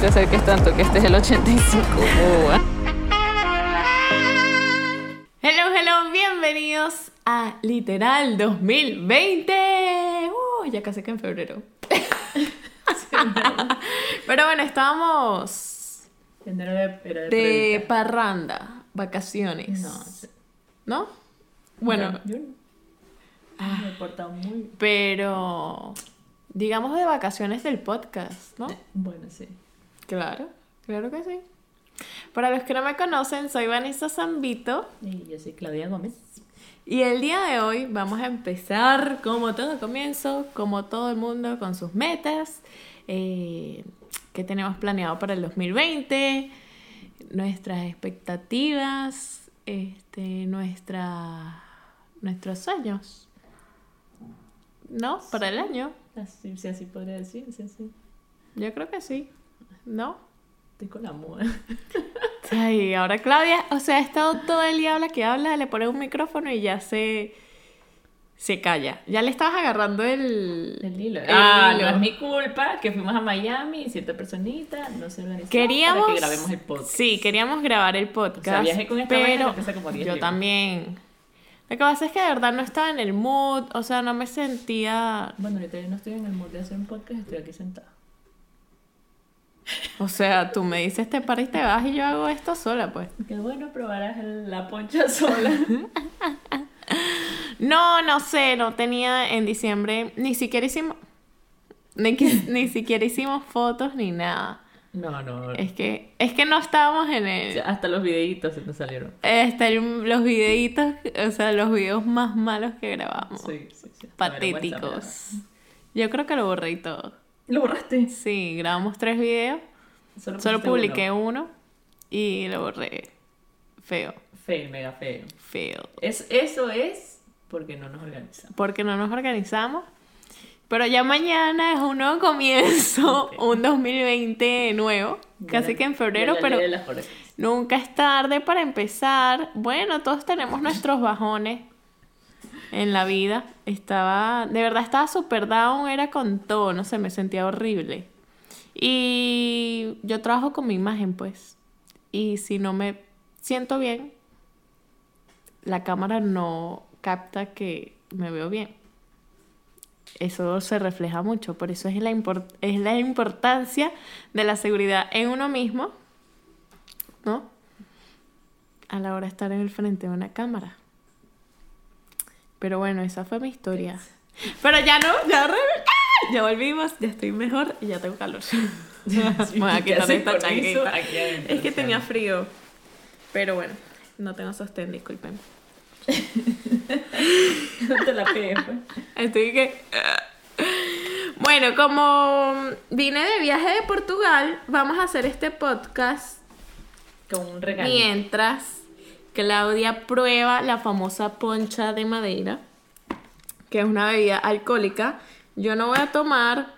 te acerques tanto, que este es el 85. Oh. Hello, hello, bienvenidos a Literal 2020. Uh, ya casi que en febrero. Pero bueno, estábamos Enero de, era de de prevista. parranda, vacaciones. No, ¿No? Bueno, yo, yo no. me he portado muy pero digamos de vacaciones del podcast, ¿no? bueno, sí. Claro, claro que sí. Para los que no me conocen, soy Vanessa Zambito Y yo soy Claudia Gómez. y el día de hoy vamos a empezar como todo comienzo, como todo el mundo con sus metas, eh, qué tenemos planeado para el 2020, nuestras expectativas, este, nuestra, nuestros sueños, ¿no? Para el año, Así, si así podría decir, si así. yo creo que sí, ¿no? Estoy con la moda. Ay, ahora Claudia, o sea, ha estado todo el día habla que habla, le pones un micrófono y ya se se calla. Ya le estabas agarrando el, El hilo. el Ah, hilo. no es mi culpa que fuimos a Miami y cierta personita no se organizó Queríamos para que grabemos el podcast. Sí, queríamos grabar el podcast, O sea, viajé con esta vaina pero que pesa como 10 yo libras. también. Lo que pasa es que de verdad no estaba en el mood, o sea, no me sentía, Bueno, ahorita yo no estoy en el mood de hacer un podcast, estoy aquí sentada. o sea, tú me dices te paras y te vas y yo hago esto sola, pues. Qué bueno, probarás el- la poncha sola. No, no sé, no tenía en diciembre, ni siquiera hicimos ni, que- ni siquiera hicimos fotos ni nada. No, no. Es que, es que no estábamos en el. Hasta los videitos se nos salieron. Hasta el- los videitos, o sea, los videos más malos que grabamos. Sí, sí, sí. No, era WhatsApp, Patéticos. Yo creo que lo borré y todo. era. ¿Lo borraste? Sí, grabamos tres videos. Solo pusiste publiqué uno. uno y lo borré. Feo, Feo, mega feo. feo. Es, eso es porque no nos organizamos. Porque no nos organizamos. Pero ya mañana es un nuevo comienzo, Ok. un 2020 nuevo. Casi Ya- que en ya febrero, la pero ley de las correcciones. Nunca es tarde para empezar. Bueno, todos tenemos nuestros bajones en la vida. Estaba, de verdad estaba super down, era con todo, no sé, me sentía horrible. Y yo trabajo con mi imagen, pues. Y si no me siento bien, la cámara no capta que me veo bien. Eso se refleja mucho, por eso es la, impor- es la importancia de la seguridad en uno mismo ¿no? A la hora de estar en el frente de una cámara. Pero bueno, esa fue mi historia. Pero ya no, ya, re- ¡Ah! ya volvimos, ya estoy mejor y ya tengo calor. Me voy a ¿Qué quitar haces esta con eso chanquita. aquí adentro? Es que tenía frío. Pero bueno, no tengo sostén, disculpen. No te la pegues, pues. Estoy que. Bueno, como vine de viaje de Portugal, vamos a hacer este podcast Con un regalo. Mientras Claudia prueba la famosa poncha de madera, que es una bebida alcohólica, yo no voy a tomar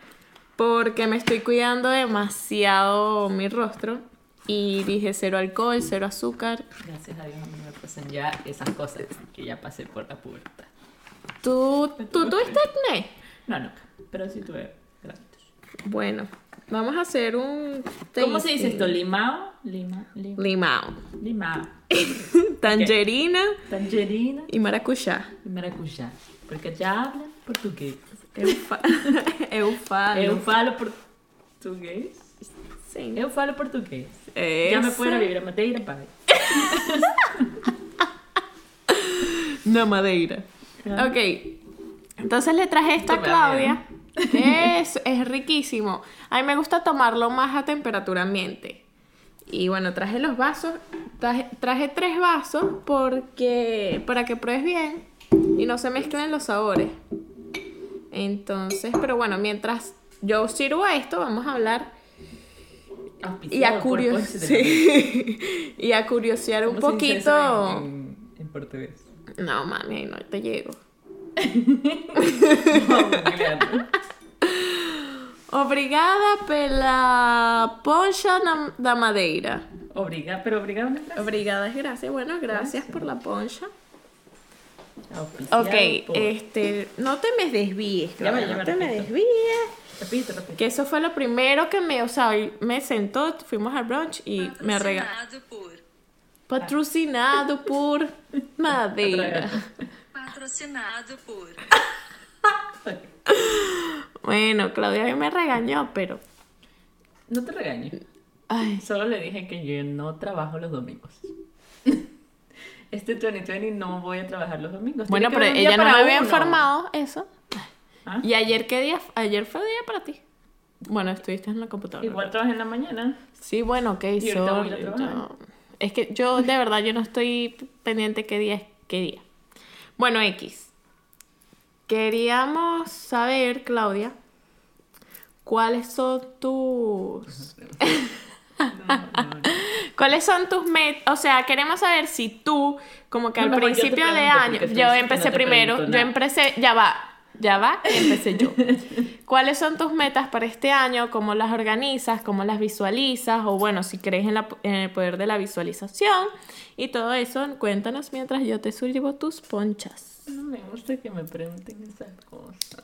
porque me estoy cuidando demasiado mi rostro. Y dije cero alcohol, cero azúcar. Gracias a Dios a mí me pasan ya esas cosas que ya pasé por la puerta. ¿Tú, ¿tú tuviste acné? No, nunca. Pero sí tuve granitos. Bueno, vamos a hacer un... ¿Cómo se dice tasting. esto? ¿Limao? Lima, lima. Limao. Limao. Tangerina Tangerina y maracuyá. y maracuyá. Porque ya hablan portugués. Eufa... Eufalo. Eu falo portugués. Sí. Eu falo portugués. Ya me Eso. puedo vivir a Madeira, padre. No madeira. Ah. Ok. Entonces le traje esta a Esto me da Claudia. que Es, es riquísimo. A mí me gusta tomarlo más a temperatura ambiente. Y bueno, traje los vasos. Traje, traje tres vasos porque para que pruebes bien y no se mezclen los sabores. Entonces, pero bueno, mientras yo sirvo esto, vamos a hablar y a, Auspiciado por curios- Ponce de sí. y a curiosear un Madrid. ¿Cómo se dice eso poquito. En, en- en portugués. No, mami, ahí no te llego. Obrigada pela poncha na- da madeira. Obrigado, pero obrigado no es Obrigada es gracias. Bueno, gracias por la poncha. Auspiciado Ok, por- este, no te me desvíes, Ya va, Claudia, ya no va, te me repito. desvíes. Repito, repito. Que eso fue lo primero que me, o sea, hoy me sentó, fuimos al brunch y me regaló. Patrocinado por. Patrocinado por madera. Patrocinado por. Bueno, Claudia hoy me regañó, pero. No te regañes. Ay, Solo le dije que yo no trabajo los domingos. Este 2020 no voy a trabajar los domingos. bueno, Tiene pero que haber un ella día no me para había uno. informado eso. Ah. ¿Y ayer qué día? Ayer fue día para ti. Bueno, estuviste en la computadora. Igual trabajé en la mañana. Sí, bueno, ok, Y ahorita voy a sorry, trabajar. no. Es que yo, de verdad, yo no estoy pendiente qué día es qué día. Bueno, X. Queríamos saber, Claudia, cuáles son tus. ¿Cuáles son tus metas? O sea, queremos saber si tú, como que No, al mejor yo te principio de pregunto, año, porque tú dices yo que empecé no te primero, pregunto yo nada. empecé, ya va, ya va, empecé yo. ¿Cuáles son tus metas para este año? ¿Cómo las organizas? ¿Cómo las visualizas? O bueno, si crees en, la- en el poder de la visualización y todo eso, cuéntanos mientras yo te sirvo tus ponchas. No me gusta que me pregunten esas cosas.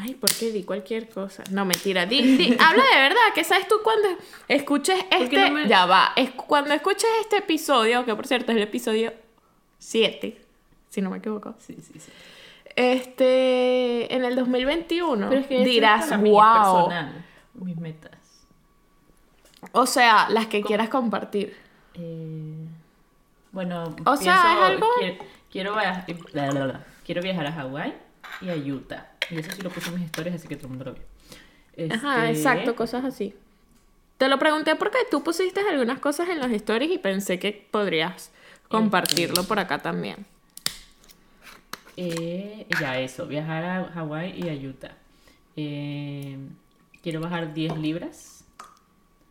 Ay, ¿por qué di cualquier cosa? No, mentira, di, di, habla de verdad, que sabes tú cuando escuches este, no me- ya va, es cuando escuches este episodio, que por cierto es el episodio 7, si no me equivoco, Sí, sí, sí. este, en el 2021, eso es dirás, para mí, es wow, personal, mis metas. o sea, las que quieras compartir. Eh, bueno, O sea, pienso- es algo- Quiero, quiero via- eh, bla, bla, bla. Quiero viajar a Hawái y a Utah. Y eso sí lo puse en mis historias, así que todo el mundo lo vio. Ajá, Este, exacto, cosas así. Te lo pregunté porque tú pusiste algunas cosas en los stories y pensé que podrías Este. compartirlo por acá también. Eh, ya eso, viajar a Hawái y a Utah. Eh, quiero bajar 10 libras.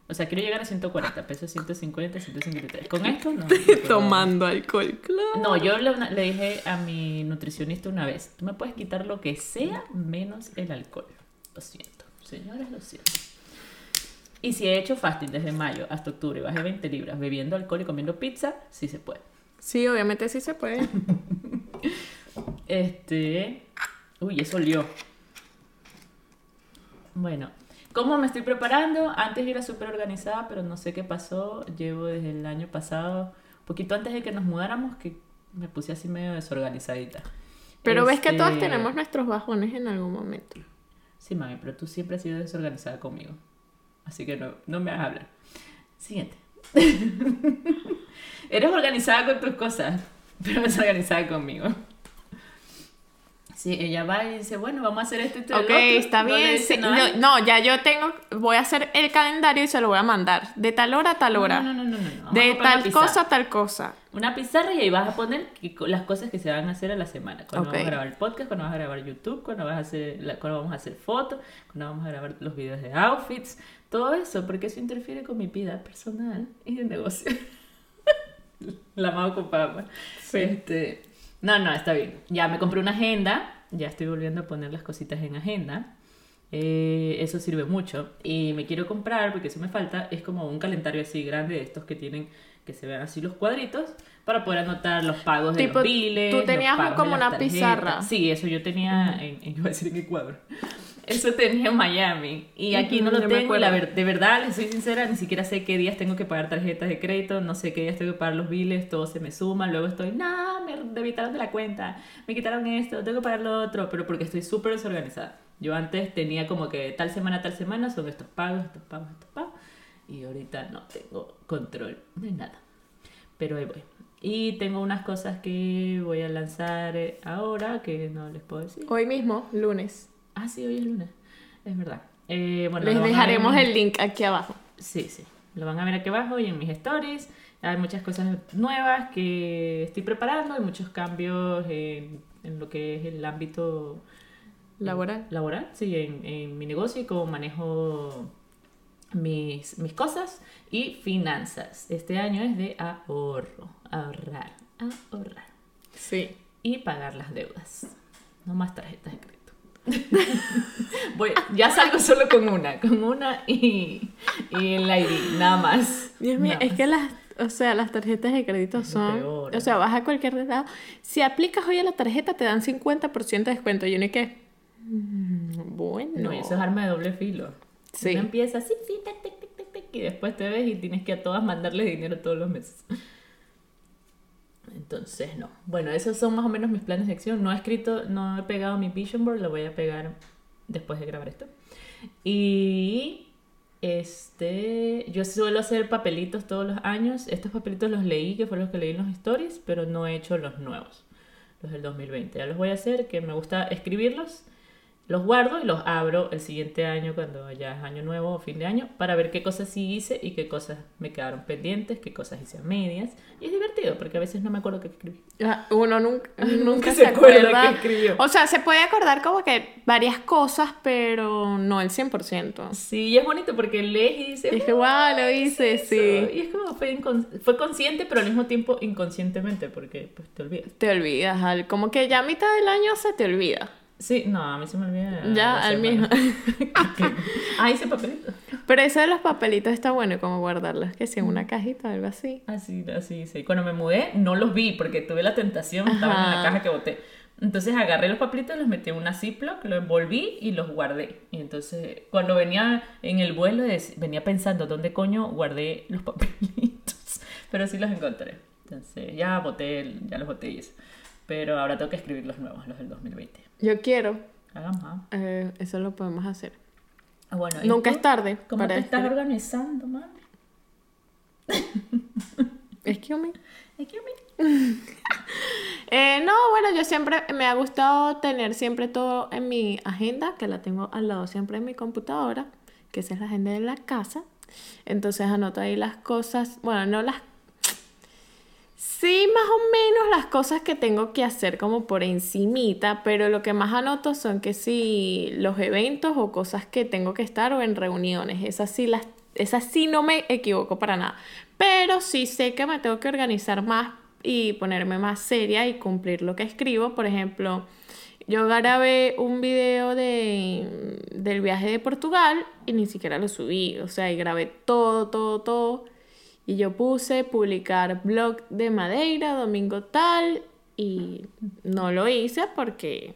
O sea, quiero llegar a 140, peso 150, 153. Con esto no. no. Tomando alcohol, claro. No, yo le, una- le dije a mi nutricionista una vez, tú me puedes quitar lo que sea menos el alcohol. Lo siento, señores, lo siento. Y si he hecho fasting desde mayo hasta octubre, bajé 20 libras bebiendo alcohol y comiendo pizza, sí se puede. Sí, obviamente sí se puede. Este. Uy, eso olió. Bueno, ¿cómo me estoy preparando? Antes yo era súper organizada, pero no sé qué pasó. Llevo desde el año pasado, poquito antes de que nos mudáramos, que me puse así medio desorganizadita. Pero ves que todos Este, tenemos nuestros bajones en algún momento. Sí, mami, pero tú siempre has sido desorganizada conmigo. Así que no, no me hagas hablar. Siguiente. Eres organizada con tus cosas, pero desorganizada conmigo. Sí, ella va y dice, bueno, vamos a hacer este, este, el Ok, otro. está No le bien. dice sí, nada. no, no, ya yo tengo, voy a hacer el calendario y se lo voy a mandar. De tal hora a tal hora. No, no, no, no, no, vamos a De comprar una tal pizarra. cosa a tal cosa. Una pizarra y ahí vas a poner que- las cosas que se van a hacer a la semana. Cuando Ok. vamos a grabar el podcast, cuando vas a grabar YouTube, cuando, vas a hacer, la- cuando vamos a hacer fotos, cuando vamos a grabar los videos de outfits. Todo eso, porque eso interfiere con mi vida personal y de negocio. la mano con papa. Este, no, no, está bien. Ya me compré una agenda. Ya estoy volviendo a poner las cositas en agenda. Eh, eso sirve mucho. Y me quiero comprar, porque eso me falta, es como un calendario así grande de estos que tienen, que se vean así los cuadritos, para poder anotar los pagos de Tipo, los biles. tú los tenías pagos de como las una tarjetas. pizarra. Sí, eso yo tenía en, en- iba a decir en Ecuador. Eso tenía en Miami. Y aquí no Ujú, lo yo me tengo. y la acuerdo. ver- de verdad, les soy sincera, ni siquiera sé qué días tengo que pagar tarjetas de crédito, no sé qué días tengo que pagar los biles, todo se me suma. Luego estoy, no, me debitaron de la cuenta, me quitaron esto, tengo que pagar lo otro. Pero porque estoy súper desorganizada. Yo antes tenía como que tal semana, tal semana son estos pagos, estos pagos, estos pagos. Y ahorita no tengo control de nada. Pero ahí voy. Y tengo unas cosas que voy a lanzar eh, ahora que no les puedo decir. Hoy mismo, lunes. Ah, sí, hoy es lunes. Es verdad. Eh, bueno, Les lo van a dejaremos ver en- el link aquí abajo. Sí, sí. Lo van a ver aquí abajo y en mis stories. Hay muchas cosas nuevas que estoy preparando. Hay muchos cambios en, en lo que es el ámbito Laboral. laboral, sí, en, en mi negocio y cómo manejo mis, mis cosas y finanzas. Este año es de ahorro, ahorrar, ahorrar Sí. y pagar las deudas. No más tarjetas de crédito. Voy- ya salgo solo con una, con una y, y el ID, nada más. Dios mío, Nada es más. que las, o sea, las tarjetas de crédito son, peor. o sea, vas a cualquier lado, si aplicas hoy a la tarjeta te dan 50% de descuento, y "Mm, uno y qué, Bueno. No, y eso es arma de doble filo. Sí. Uno empieza así, sí, tac, tac, tac, tac, tac, y después te ves y tienes que a todas mandarles dinero todos los meses. Entonces, no. Bueno, esos son más o menos mis planes de acción. No he escrito, no he pegado mi vision board, lo voy a pegar después de grabar esto. Y este, yo suelo hacer papelitos todos los años. Estos papelitos los leí, que fueron los que leí en los stories, pero no he hecho los nuevos, los del 2020. Ya los voy a hacer, que me gusta escribirlos. Los guardo y los abro el siguiente año, cuando ya es año nuevo o fin de año, para ver qué cosas sí hice y qué cosas me quedaron pendientes, qué cosas hice a medias. Y es divertido, porque a veces no me acuerdo qué escribí. Ah, Uno nunca, nunca se se acuerda acuerda. que escribió. O sea, se puede acordar como que varias cosas, pero no el 100%. Sí, y es bonito porque lees y dices, Y dije, wow, lo hice, eso. sí. Y es como fue, incon- fue consciente, pero al mismo tiempo inconscientemente, porque pues te olvidas. Te olvidas, al- como que ya a mitad del año se te olvida. Sí, no, a mí se me olvida. Ya, la al mismo. semana. ah, hice papelito. Pero eso de los papelitos está bueno, como guardarlos, que si en Mm. una cajita o algo así. Así, así, Ah, sí. Cuando me mudé, no los vi porque tuve la tentación, estaban en la Ajá. caja que boté. Entonces agarré los papelitos, los metí en una Ziploc, los envolví y los guardé. Y entonces, cuando venía en el vuelo, des- venía pensando dónde coño guardé los papelitos. Pero sí los encontré. Entonces, ya boté, el- ya los boté y eso. Pero ahora tengo que escribir los nuevos, los del 2020. Yo quiero, Hagamos, ah. eh, eso lo podemos hacer. Ah, Bueno, ¿y Nunca tú? es tarde. ¿Cómo para te estás escribir. organizando, mami? Excuse me. Es que me- Eh, no, bueno, yo siempre me ha gustado tener siempre todo en mi agenda, que la tengo al lado siempre en mi computadora, que esa es la agenda de la casa. Entonces anoto ahí las cosas, bueno, no las... Sí, más o menos las cosas que tengo que hacer como por encimita, pero lo que más anoto son que sí los eventos o cosas que tengo que estar o en reuniones, esas sí las esas sí no me equivoco para nada, pero sí sé que me tengo que organizar más y ponerme más seria y cumplir lo que escribo, por ejemplo, yo grabé un video de, del viaje de Portugal y ni siquiera lo subí, o sea, y grabé todo, todo, todo. Y yo puse publicar blog de Madeira, domingo tal, y no lo hice porque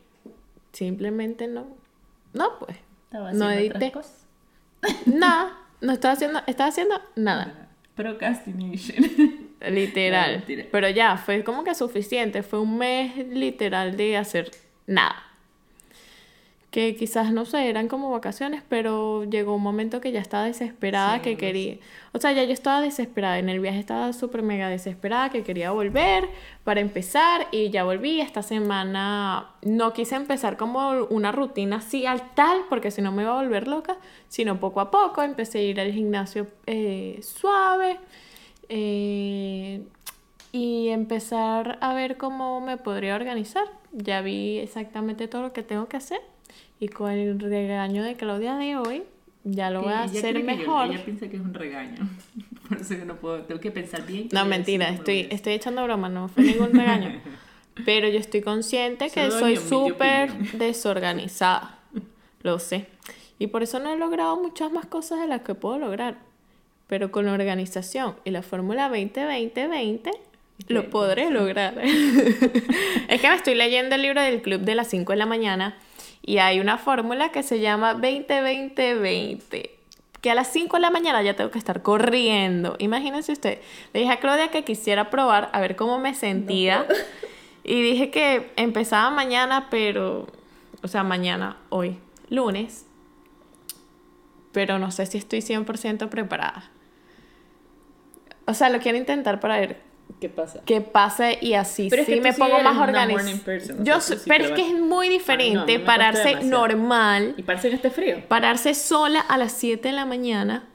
simplemente no. No, pues. estaba No haciendo otras edité. cosas. Nada. No estaba haciendo, estaba haciendo nada. Procrastination. No, Literal. mentira. Pero ya, fue como que suficiente. Fue un mes literal de hacer nada. Que quizás, no sé, eran como vacaciones, pero llegó un momento que ya estaba desesperada, Sí, que lo sé. quería... O sea, ya yo estaba desesperada. En el viaje estaba súper mega desesperada, que quería volver para empezar. Y ya volví. Esta semana no quise empezar como una rutina así al tal, porque si no me iba a volver loca, sino poco a poco. Empecé a ir al gimnasio eh, suave. eh, y empezar a ver cómo me podría organizar. Ya vi exactamente todo lo que tengo que hacer y con el regaño de Claudia de hoy ya lo voy a Ella cree hacer que yo- mejor. ella piensa que es un regaño. Por eso que no puedo, tengo que pensar bien. No, mentira, estoy, estoy echando broma, no fue ningún regaño. Pero yo estoy consciente que Solo soy mi humilde súper opinión. desorganizada, lo sé. Y por eso no he logrado muchas más cosas de las que puedo lograr. Pero con la organización y la fórmula 20-20-20 lo podré lograr. es que me estoy leyendo el libro del club de las 5 de la mañana y hay una fórmula que se llama 20-20-20. Que a las 5 de la mañana ya tengo que estar corriendo. Imagínense usted. Le dije a Claudia que quisiera probar a ver cómo me sentía. Y dije que empezaba mañana, pero. O sea, mañana, hoy, lunes. Pero no sé si estoy 100% preparada. O sea, lo quiero intentar para ver ¿Qué pasa? qué pasa y así Pero es sí que tú me sí pongo eres más una morning organizada. person, o Yo sea, tú soy- sí pero te es que vas- es muy Ay, no, a diferente mí me cuesta pararse demasiado. normal ¿Y parece que esté frío? pararse sola a las 7 de la mañana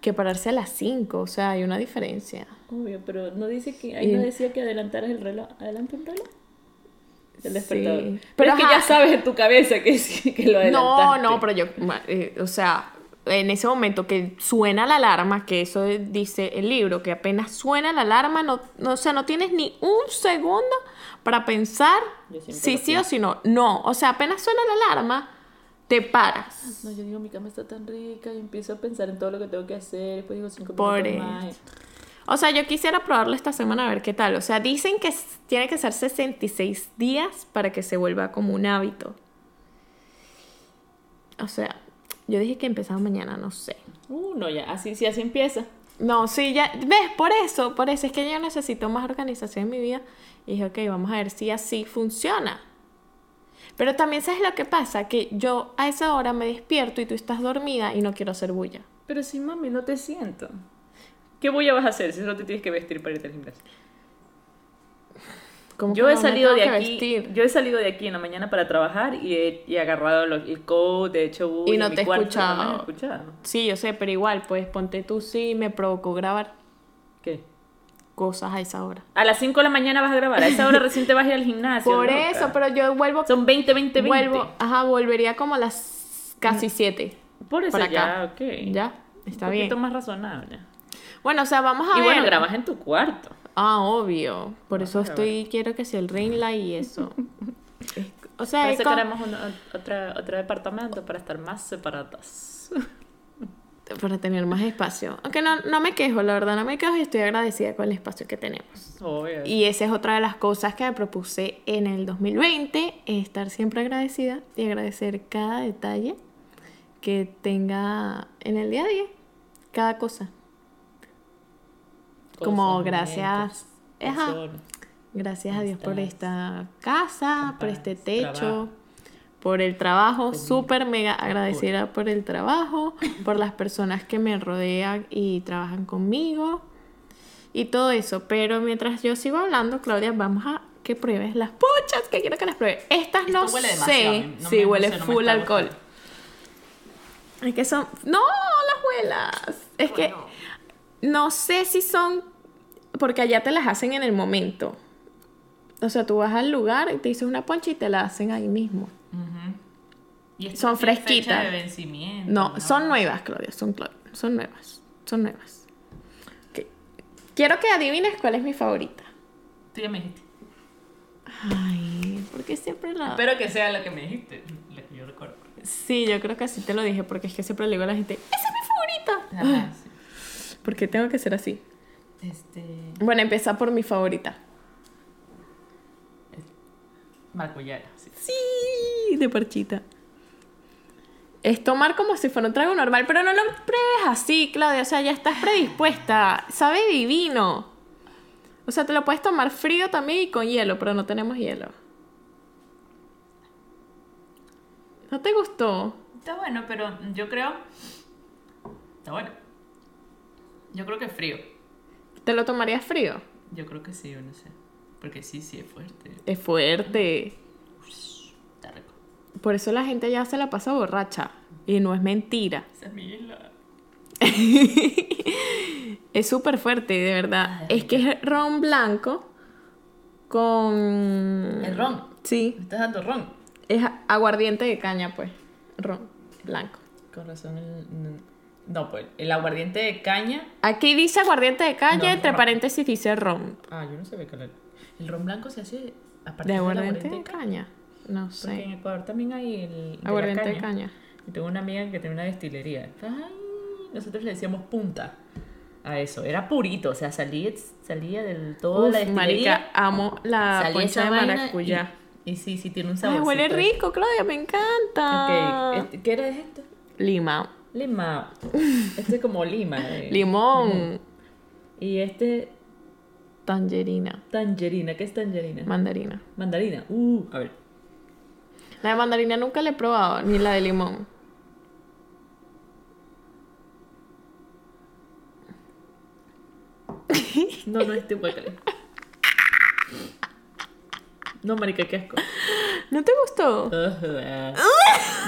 que pararse a las 5. O sea, hay una diferencia. Obvio, pero no dice que. ahí no decía que adelantaras el reloj. ¿Adelanta un reloj? El despertador. Sí. Pero, Pero es que ajá. ya sabes en tu cabeza que, sí, que lo No, adelantaste. no, pero yo, ma- eh, o sea, en ese momento que suena la alarma, que eso dice el libro, que apenas suena la alarma, no, no, o sea, no tienes ni un segundo para pensar Yo siempre si lo sí pienso. o si no. No, o sea, apenas suena la alarma, te paras. No, yo digo, mi cama está tan rica y empiezo a pensar en todo lo que tengo que hacer. Después digo cinco Por minutos eso. más. O sea, yo quisiera probarlo esta semana a ver qué tal. O sea, dicen que s- tiene que ser 66 días para que se vuelva como un hábito. O sea, yo dije que empezaba mañana, no sé. Uh, no, ya, así, sí, así empieza. No, sí, ya, ves, por eso, por eso es que yo necesito más organización en mi vida. Y dije, ok, vamos a ver si así funciona. Pero también sabes lo que pasa, que yo a esa hora me despierto y tú estás dormida y no quiero hacer bulla. Pero sí, mami, no te siento. ¿Qué bulla vas a hacer si solo te tienes que vestir para irte al gimnasio? Como que Yo he no me salido de tengo que aquí, vestir. yo he salido de aquí en la mañana para trabajar y he, y he agarrado los- el coat, he hecho bulla Y no en mi te he cuarto, escuchado. no me has escuchado. Sí, yo sé, pero igual, pues ponte tú sí me provocó grabar ¿Qué? cosas a esa hora. A las 5 de la mañana vas a grabar, a esa hora recién te vas a ir al gimnasio. Por loca. eso, pero yo vuelvo, Son 20, 20, 20. vuelvo, ajá, volvería como a las casi siete. Por eso por acá. ya, Mm. ok. Ya, está Un bien. poquito más razonable. Bueno, o sea, vamos a Y ver. bueno, grabas en tu cuarto. Ah, obvio. Por eso Vamos a estoy, quiero que sea el ring light y eso. Es- o Por sea, es eso con- queremos un- o- otra- otro departamento para estar más separadas. para tener más espacio. Aunque no, no me quejo, la verdad, no me quejo y estoy agradecida con el espacio que tenemos. Obvio. Y esa es otra de las cosas que me propuse en el 2020, estar siempre agradecida y agradecer cada detalle que tenga en el día a día, cada cosa. como gracias, ajá, personas. Gracias a Dios por Estás- esta casa, por este estás, techo, trabajo. por el trabajo, súper mega agradecida por el trabajo, por las personas que me rodean y trabajan conmigo y todo eso. Pero mientras yo sigo hablando, Claudia, vamos a que pruebes las puchas, que quiero que las pruebes. Estas Esto no huele demasiado, a sé mí no si me- no huele sé, no me full está alcohol. gustando. Es que son... No, las huelas. Es que no sé si son... Porque allá te las hacen en el momento. O sea, tú vas al lugar y te dices una poncha y te la hacen ahí mismo. Y esto Son tiene fecha fresquitas. de vencimiento, No, son nuevas, Claudia, son, cla- son nuevas. Son nuevas. Ok. Quiero que adivines cuál es mi favorita. Tú ya me dijiste. Ay, porque siempre la... Ah. Espero que sea la que me dijiste, la que yo recuerdo. Sí, yo creo que así te lo dije, porque es que siempre le digo a la gente, esa es mi favorita. Ajá, Ah, sí. Ah. ¿Por qué tengo que ser así? Este. Bueno, empieza por mi favorita. Maracuyana, sí. Sí, de parchita. Es tomar como si fuera un trago normal, pero no lo pruebes así, Claudia. O sea, ya estás predispuesta. Sabe divino. O sea, te lo puedes tomar frío también y con hielo, pero no tenemos hielo. ¿No te gustó? Está bueno, pero yo creo. Está bueno. Yo creo que es frío. ¿Te lo tomarías frío? Yo creo que sí, yo no sé. Porque sí, sí es fuerte. Es fuerte. Está rico. Por eso la gente ya se la pasa borracha. Y no es mentira. Esa es mi isla. Es súper fuerte, de verdad. Es que es ron blanco con... ¿El ron? Sí, Me estás dando ron. es aguardiente de caña, pues. Ron blanco. Con razón el. No, pues el aguardiente de caña. Aquí dice aguardiente de No, caña, es entre ron. paréntesis dice ron. Ah, yo no sabía que era. El ron blanco se hace a partir ¿De del aguardiente de caña? No Porque en sé. Ecuador también hay el. de Aguardiente la de caña. Y tengo una amiga que tiene una destilería. Ay, nosotros le decíamos punta a eso. Era purito, o sea, salía, salía del todo la Uf, destilería. marica, amo la salía concha este esa de vaina maracuyá. Y, y sí, sí tiene un Ay, sabor. huele rico, Claudia, me encanta. este, ¿Qué era esto? Lima. Lima. Este es como lima. eh. Limón. Y este Tangerina. tangerina. ¿Qué es tangerina? Mandarina. Mandarina. Uh, a ver. La de mandarina nunca la he probado, ni la de limón. No, no este guacala. No, marica, qué asco. ¿No te gustó?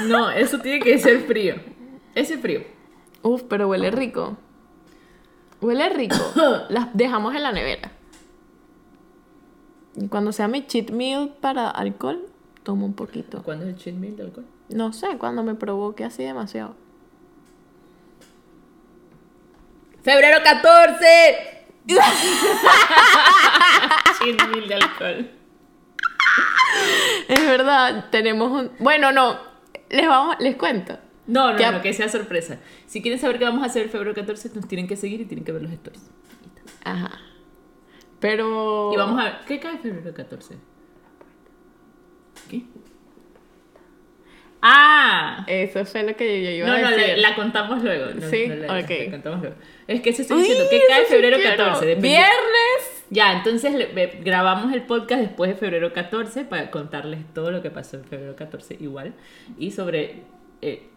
No, eso tiene que ser frío. Ese es frío. Uf, pero huele rico. Huele rico. Las dejamos en la nevera. Y cuando sea mi cheat meal para alcohol, tomo un poquito. ¿Cuándo es el cheat meal de alcohol? No sé, cuando me provoque así demasiado. ¡Febrero 14! cheat meal de alcohol. Es verdad, tenemos un... Bueno, no, les, vamos, les cuento. No, no, Ya. no, que sea sorpresa. Si quieren saber qué vamos a hacer el febrero 14, nos tienen que seguir y tienen que ver los stories. Ajá. Pero... Y vamos a ver. ¿Qué cae febrero 14? ¿Qué? Ah, Eso fue lo que yo iba no, a no, decir. le- la contamos luego. No, Sí, no la- ok. la contamos luego. Es que se estoy Uy, diciendo que cae eso sí febrero quiero. 14. de- Viernes. Ya, entonces le- ve- grabamos el podcast después de febrero 14 para contarles todo lo que pasó en febrero 14 igual. Y sobre... eh,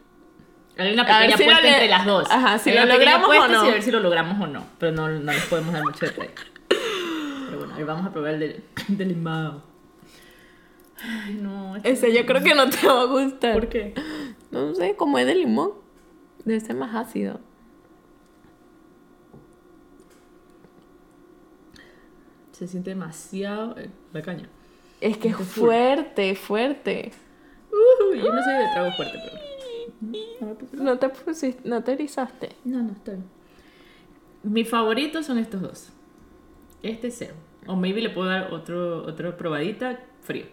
hay una A ver pequeña si lo apuesta le- entre las dos. Ajá, si Hay lo una pequeña logramos o apuesta no. y a ver si lo logramos o no. Pero no, no les podemos dar mucho detalle. Pero bueno, a ver, vamos a probar el del, del limao. Ay, no. este- Ese yo creo que no te va a gustar. ¿Por qué? No sé, como es de limón. Debe ser más ácido. Se siente demasiado eh, la caña. Es que es fuerte, fuerte. Uh, yo no soy de trago fuerte, pero... No te pusiste, no te erizaste. No, no, está bien. Mis favoritos son estos dos. Este es cero. O maybe le puedo dar otro, otro probadita frío.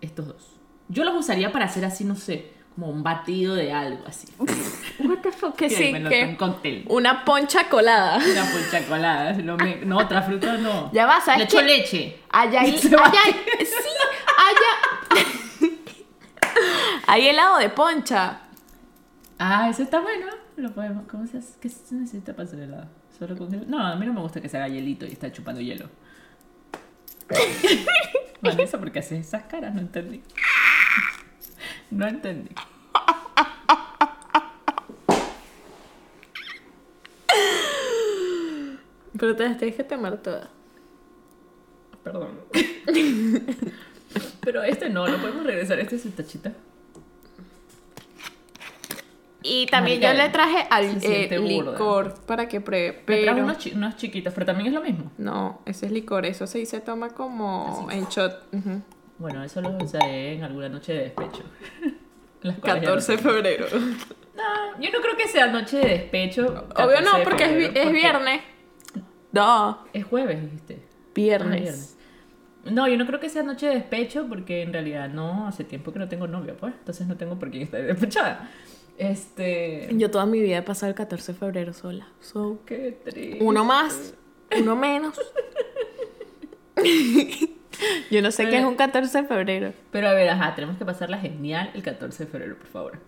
Estos dos. Yo los usaría para hacer así, no sé, como un batido de algo así. What the fuck, que Y sí, me lo- Un que cóctel. una poncha colada. Una pulcha colada. No, me- no, otra fruta no. Ya va, ¿sabes Le echo qué? leche. Allá, hay- Se va. allá, hay- sí, allá. Hay helado de poncha. Ah, eso está bueno. Lo podemos. ¿Cómo se hace? ¿Qué se necesita para hacer helado? Solo con hielo? No, a mí no me gusta que se haga hielito y está chupando hielo. bueno, eso porque haces esas caras, no entendí. No entendí. Pero te las tienes que tomar todas. Perdón. Pero este no, lo podemos regresar. Este es su tachita. Y también Marica, yo le traje al se siente eh, burda. licor para que pruebe. Me trajo Pero... unos, chi- unos chiquitos, pero también es lo mismo. No, ese es licor, eso sí se toma como Así. en shot. Ujú. Bueno, eso lo usaré en alguna noche de despecho. Las cuales ya no 14 de tengo. febrero. No, yo no creo que sea noche de despecho. Obvio 14 no, de porque es, vi- febrero, es viernes. No, Es jueves, dijiste. Ah, viernes. viernes. No, yo no creo que sea noche de despecho porque en realidad no, hace tiempo que no tengo novio, pues. Entonces no tengo por qué estar despechada. Este. Yo toda mi vida he pasado el 14 de febrero sola. So, Qué triste. uno más, uno menos. yo no sé qué es un 14 de febrero. Pero a ver, ajá, tenemos que pasarla genial el 14 de febrero, por favor.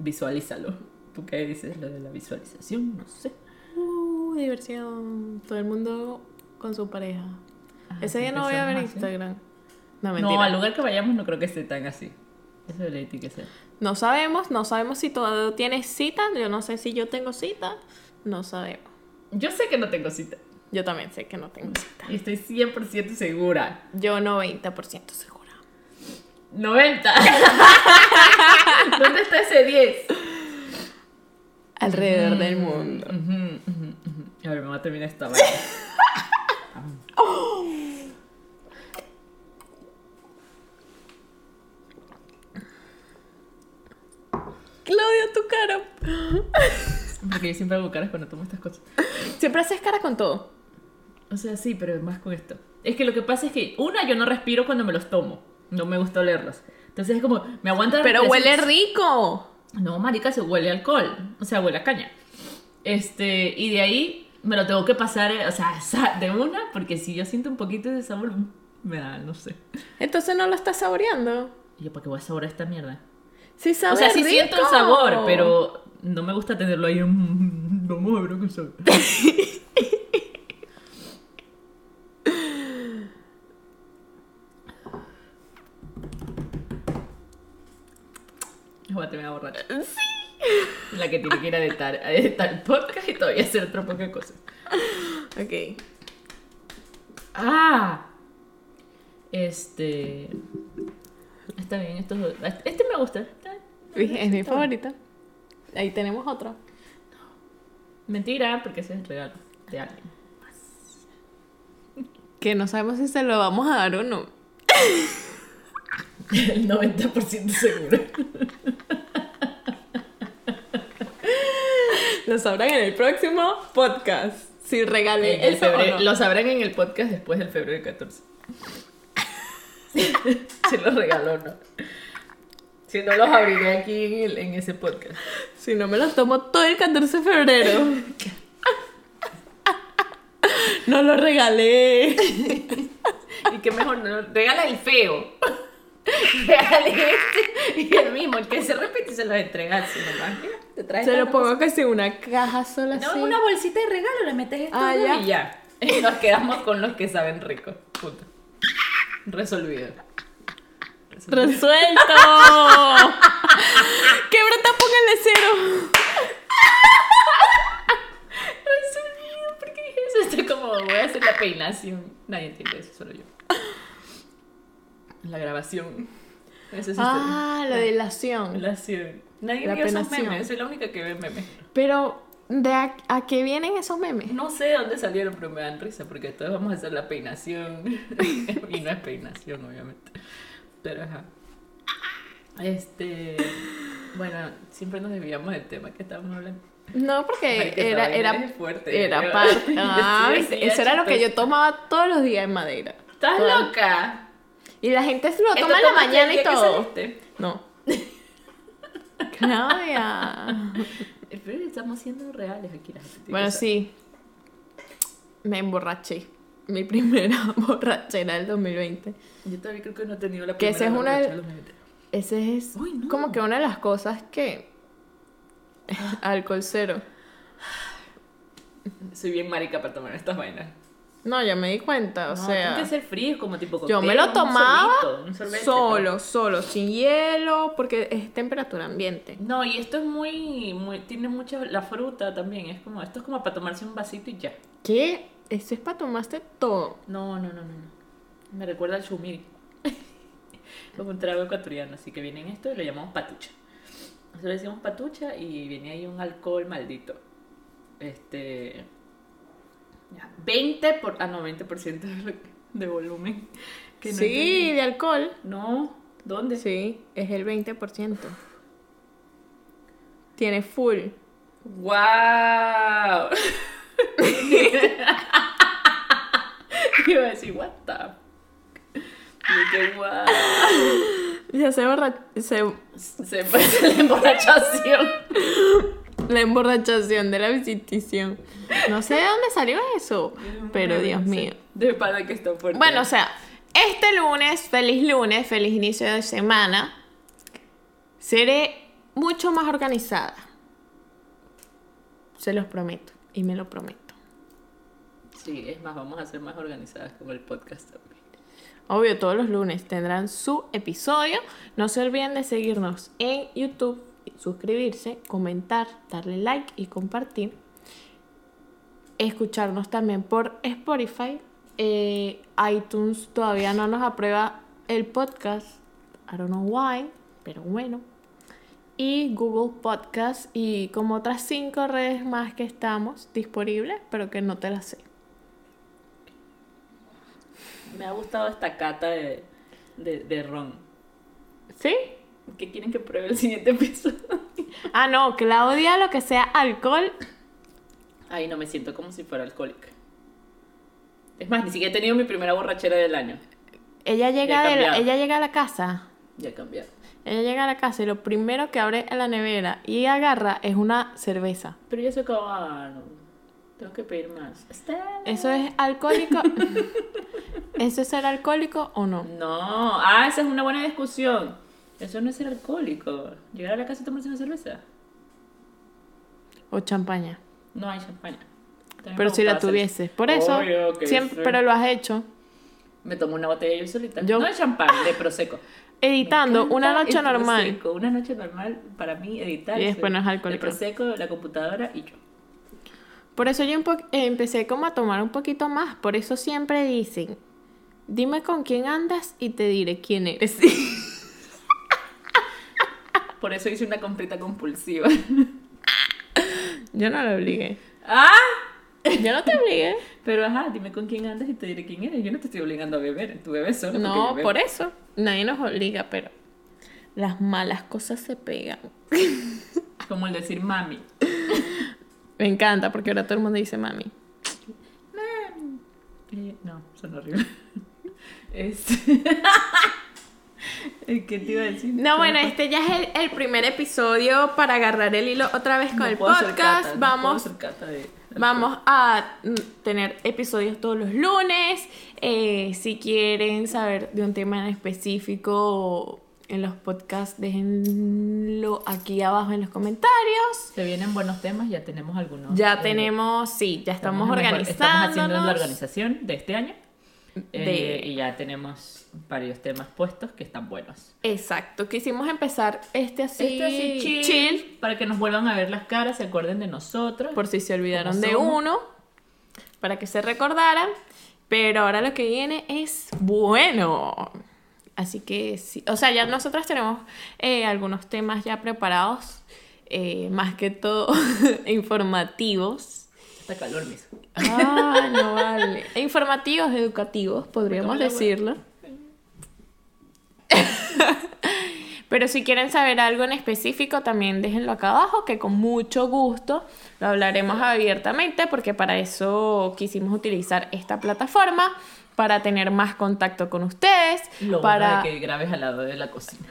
Visualízalo. ¿Tú qué dices lo de la visualización? No sé. Uh, diversión. Todo el mundo con su pareja. Ah, Ese día siempre no voy a somos ver así. Instagram. No, No, mentira. al No, lugar que vayamos no creo que esté tan así. Eso le tiene que ser. sabemos, no sabemos si todo tienes cita. Yo no sé si yo tengo cita. No sabemos. Yo sé que no tengo cita. Yo también sé que no tengo cita. Y estoy 100% segura. Yo 90% segura. 90. ¿Dónde está ese 10? Alrededor del mundo. A ver, me va a terminar esta vaina. Claudia, tu cara. Porque yo siempre hago caras cuando tomo estas cosas. Siempre haces cara con todo. O sea, sí, pero más con esto. Es que lo que pasa es que, una, yo no respiro cuando me los tomo. No me gusta olerlos. Entonces es como, me aguanta la Pero huele respiración. rico. No, marica, se huele a alcohol. O sea, huele a caña. Este, y de ahí me lo tengo que pasar, eh, o sea, sa- de una, porque si yo siento un poquito de sabor, me da, no sé. Entonces no lo estás saboreando. Y yo, ¿para qué voy a saborar esta mierda? Sí sabe O sea, sí rico. siento el sabor, pero no me gusta tenerlo ahí. mm, No me abro con sabor. Voy a terminar borracha. Sí. La que tiene que ir a editar, a editar el podcast y todavía hacer otra poca cosa. Ok. Ah. Este. Está bien, estos dos. Este me gusta. Dije, Es mi favorita. Ahí tenemos otro. Mentira, porque ese es el regalo de alguien. Que no sabemos si se lo vamos a dar o no. El 90% seguro. Lo sabrán en el próximo podcast. Si regalé El eso o febrero- no. Lo sabrán en el podcast después del febrero 14. si los regaló o no. Si no los abriré aquí en, el- en ese podcast. Si no me los tomo todo el 14 de febrero. no lo regalé. Y qué mejor, no, regala el feo. Ve al este y el mismo, el que se repite, se los entrega así nomás. Mira, Te traes Se lo tantas pongo casi una caja sola No, así. una bolsita de regalo, le metes esto Ah, y ya. Nos quedamos con los que saben rico. Punto. Resolvido. ¡Resuelto! ¡Qué brota, póngale cero! Resolvido, ¿por qué dije eso? Estoy como, voy a hacer la peinación. Nadie entiende eso, solo yo. La grabación. Eso sí Ah, está- la delación. la acción. Nadie La vio esos penación. memes, soy la única que ve memes. Pero, ¿de a, a qué vienen esos memes? No sé de dónde salieron, pero me dan risa porque todos vamos a hacer la peinación. y no es peinación, obviamente. Pero ajá. Este. Bueno, siempre nos desviamos del tema que estábamos hablando. No, porque Ay, que Eh, era, esa vaina era, es fuerte. era yo- yo parte. Ah, sí ¿viste? decía eso era lo que yo chistoso. tomaba todos los días en madera. ¡Estás Todas- loca! Y la gente se lo Esto toma en la tomaste el mañana y día que todo. saliste. No. Claudia. Eh, Pero estamos siendo reales aquí la gente. tiene Bueno, que sí. Me emborraché. Mi primera borrachera del 2020. saber. Yo todavía creo que no he tenido la Que esa primera es una de- borracha de los veinte. Ese es Uy, no. como que una de las cosas que... Ah. Alcohol cero. Soy bien marica para tomar estas vainas. No, ya me di cuenta, No, o sea... tiene que ser frío, como tipo Yo cóctel, me lo un tomaba sorbito, un sorbete, solo, solo, sin hielo, porque es temperatura ambiente. No, y esto es muy, muy, tiene mucha, la fruta también, es como, esto es como para tomarse un vasito y ya. ¿Qué? Esto es para tomarte todo. No, no, no, no, no. Me recuerda al chumiri. Como un trago ecuatoriano, así que viene en esto y lo llamamos patucha. Nosotros le decimos patucha y viene ahí un alcohol maldito. Este... ya, 20 por... Ah, no, 20% de, de volumen. Que no sí, entendí. de alcohol. No, ¿dónde? Sí, es el 20%. Tiene full. ¡Wow! Iba a decir, what the? Y que wow. Ya se borra... se- Se fue la emborrachación. La emborrachación de la visitación. No sé de dónde salió eso, pero Dios mío. De para que está fuerte. Bueno, o sea, este lunes, feliz lunes, feliz inicio de semana, seré mucho más organizada. Se los prometo y me lo prometo. Sí, es más, vamos a ser más organizadas con el podcast también. Obvio, todos los lunes tendrán su episodio. No se olviden de seguirnos en YouTube, suscribirse, comentar, darle like y compartir. Escucharnos también por Spotify. Eh, iTunes todavía no nos aprueba el podcast. I don't know why, pero bueno. Y Google Podcast y como otras cinco redes más que estamos disponibles, pero que no te las sé. Me ha gustado esta cata de, de, de ron. ¿Sí? ¿Qué quieren que pruebe el siguiente episodio? Ah, no, Claudia, lo que sea alcohol, Ay, no me siento como si fuera alcohólica. Es más, ni siquiera he tenido mi primera borrachera del año. Ella llega, Ya de la- cambiado. ella llega a la casa. Ya he cambiado. Ella llega a la casa y lo primero que abre en la nevera y agarra es una cerveza. Pero ya se acabaron. Tengo que pedir más. Está- ¿Eso es alcohólico? ¿Eso es ser alcohólico o no? No, ah, esa es una buena discusión. Eso no es ser alcohólico. Llegar a la casa y tomarse una cerveza. ¿O champaña? No hay champaña. También Pero me si la gustaba hacer- tuvieses. Por eso, Obvio que siempre, sí. pero lo has hecho. Me tomo una botella yo solita. Yo- No de champán, de prosecco. Editando Me una encanta noche el normal. Prosecco. Una noche normal para mí editar. Y después no es El alcohólico. prosecco, la computadora y yo. Por eso yo un po- eh, empecé como a tomar un poquito más. Por eso siempre dicen, dime con quién andas y te diré quién eres. Por eso hice una comprita compulsiva. Yo no lo obligué. ¡Ah! Yo no te obligué. Pero ajá, dime con quién andas y te diré quién eres. Yo no te estoy obligando a beber. Tú bebes solo. porque yo No, bebo. por eso. Nadie nos obliga, pero las malas cosas se pegan. Como el decir mami. Me encanta porque ahora todo el mundo dice mami. Eh, no, son horribles. Es... Eh, ¿Qué te iba a decir? pues, No, bueno, este ya es el, el primer episodio para agarrar el hilo otra vez con No el puedo hacer podcast. cata, no puedo Vamos hacer cata de- Vamos a mm, tener episodios todos los lunes. Eh, si quieren saber de un tema en específico en los podcasts, déjenlo aquí abajo en los comentarios. Se vienen buenos temas, ya tenemos algunos. Ya eh, tenemos, sí, ya estamos, en mejor- Estamos haciendo la organizándonos. organización de este año. De- Eh, y ya tenemos varios temas puestos que están buenos. Exacto, quisimos empezar este así, Este así chill, chill, Para que nos vuelvan a ver las caras, se acuerden de nosotros. por si se olvidaron Como de somos. uno, para que se recordaran. Pero ahora lo que viene es bueno. Así que sí, o sea, ya nosotros tenemos eh, algunos temas ya preparados, eh, más que todo informativos. Está calor, mis. Ah, no vale. Informativos, educativos, podríamos Porque me la decirlo. Pero si quieren saber algo en específico, también déjenlo acá abajo, que con mucho gusto lo hablaremos abiertamente, porque para eso quisimos utilizar esta plataforma, para tener más contacto con ustedes, Lo para, bueno de que grabes al lado de la cocina.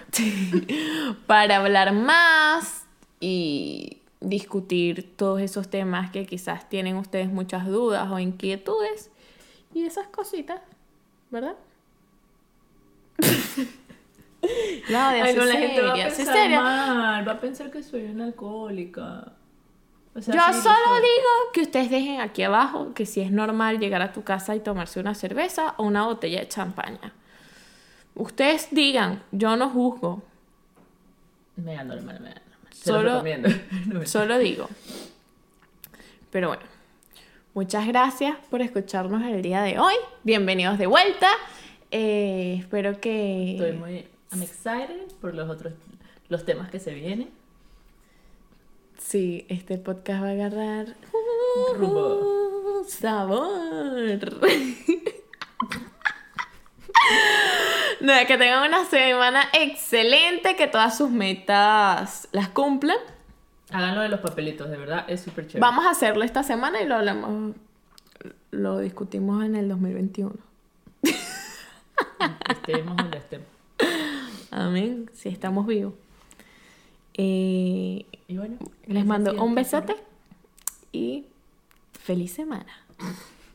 para hablar más y discutir todos esos temas que quizás tienen ustedes muchas dudas o inquietudes y esas cositas, ¿verdad? no, de Ay, no, hacer la gente va a seria, hacer pensar seria. mal, va a pensar que soy una alcohólica. O sea, Yo sí, lo solo soy. digo que ustedes dejen aquí abajo que si es normal llegar a tu casa y tomarse una cerveza o una botella de champaña. Ustedes digan, yo no juzgo, Me da normal, me da normal. Solo- Solo... recomiendo. No, mentira. Solo digo. Pero bueno, muchas gracias por escucharnos el día de hoy. Bienvenidos de vuelta. Eh, espero que... Estoy muy... I'm excited por los otros... Los temas que se vienen. Sí, este podcast va a agarrar... Rumbo. Sabor. No, que tengan una semana excelente, que todas sus metas las cumplan. Háganlo de los papelitos, de verdad, es súper chévere. Vamos a hacerlo esta semana y lo hablamos. Lo discutimos en el 2021. Estemos donde estemos. Amén. Si estamos vivos. Eh, Y bueno, les mando un beso besote y feliz semana.